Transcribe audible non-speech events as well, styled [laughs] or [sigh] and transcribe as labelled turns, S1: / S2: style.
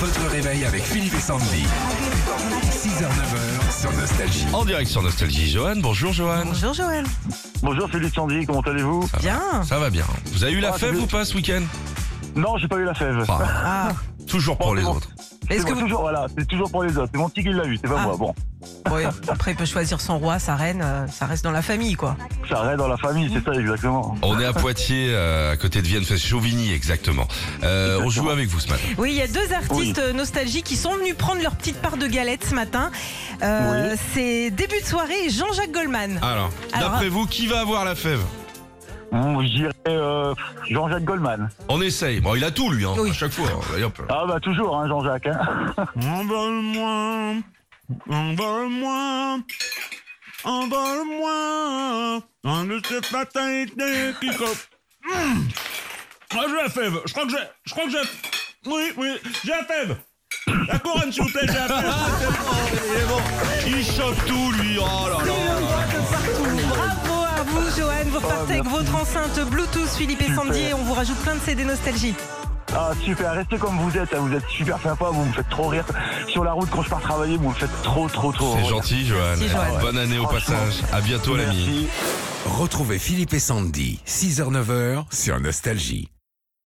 S1: Votre réveil avec Philippe et Sandy. 6h-9h sur Nostalgie.
S2: En direct sur Nostalgie, Johan. Bonjour Johan.
S3: Bonjour Joël.
S4: Bonjour, c'est Sandy, comment allez-vous
S3: Bien.
S2: Ça va bien. Vous avez eu la
S4: Ah,
S2: fève
S4: c'est
S2: ou pas ce week-end
S4: Non, j'ai pas eu la fève.
S2: Ah,
S3: Ah.
S2: Toujours pour les autres.
S4: C'est
S3: Est-ce que [laughs]
S4: moi,
S3: vous...
S4: toujours, voilà, c'est toujours pour les autres. C'est mon petit qui l'a eu, c'est pas
S3: Ah.
S4: moi. Bon,
S3: Oui, après, il peut choisir son roi, sa reine, euh, ça reste dans la famille, quoi.
S4: ça reste dans la famille, c'est ça exactement.
S2: On est à Poitiers, euh, à côté de Vienne, c'est Chauvigny exactement. Euh, on joue avec vous ce matin.
S3: Oui, il y a deux artistes euh, nostalgiques qui sont venus prendre leur petite part de galette ce matin. Euh, C'est début de soirée, Jean-Jacques Goldman.
S2: Alors,
S3: Alors,
S2: d'après vous, qui va avoir la fève
S4: Bon, je dirais euh, Jean-Jacques Goldman.
S2: On essaye. Bon, il a tout lui, hein,
S3: Oui.
S2: à chaque fois. Allez, hop.
S4: Ah bah toujours, hein, Jean-Jacques. hein.
S5: Envole-moi, envole-moi, envole-moi, un de ces fatalités qui co- Hmm. Ah, j'ai la fève, je crois que j'ai, je crois que j'ai, oui, oui, j'ai la fève. La couronne, s'il vous plaît, j'ai la fève.
S2: Il chope tout lui. Oh là là.
S3: Le roi de partout. Bravo à vous, Johan. Vous repartez avec votre enceinte Bluetooth, Philippe et Sandy, et on vous rajoute plein de CD nostalgie.
S4: Ah super, restez comme vous êtes, hein, vous êtes super sympa, vous me faites trop rire. Sur la route quand je pars travailler, vous me faites trop trop trop.
S2: C'est
S4: rire.
S2: gentil, Johan.
S3: Merci, Johan.
S2: Bonne année au
S4: Franchement.
S2: passage. À bientôt, l'ami.
S4: Merci.
S1: Retrouvez Philippe et Sandy, 6h-9h sur Nostalgie.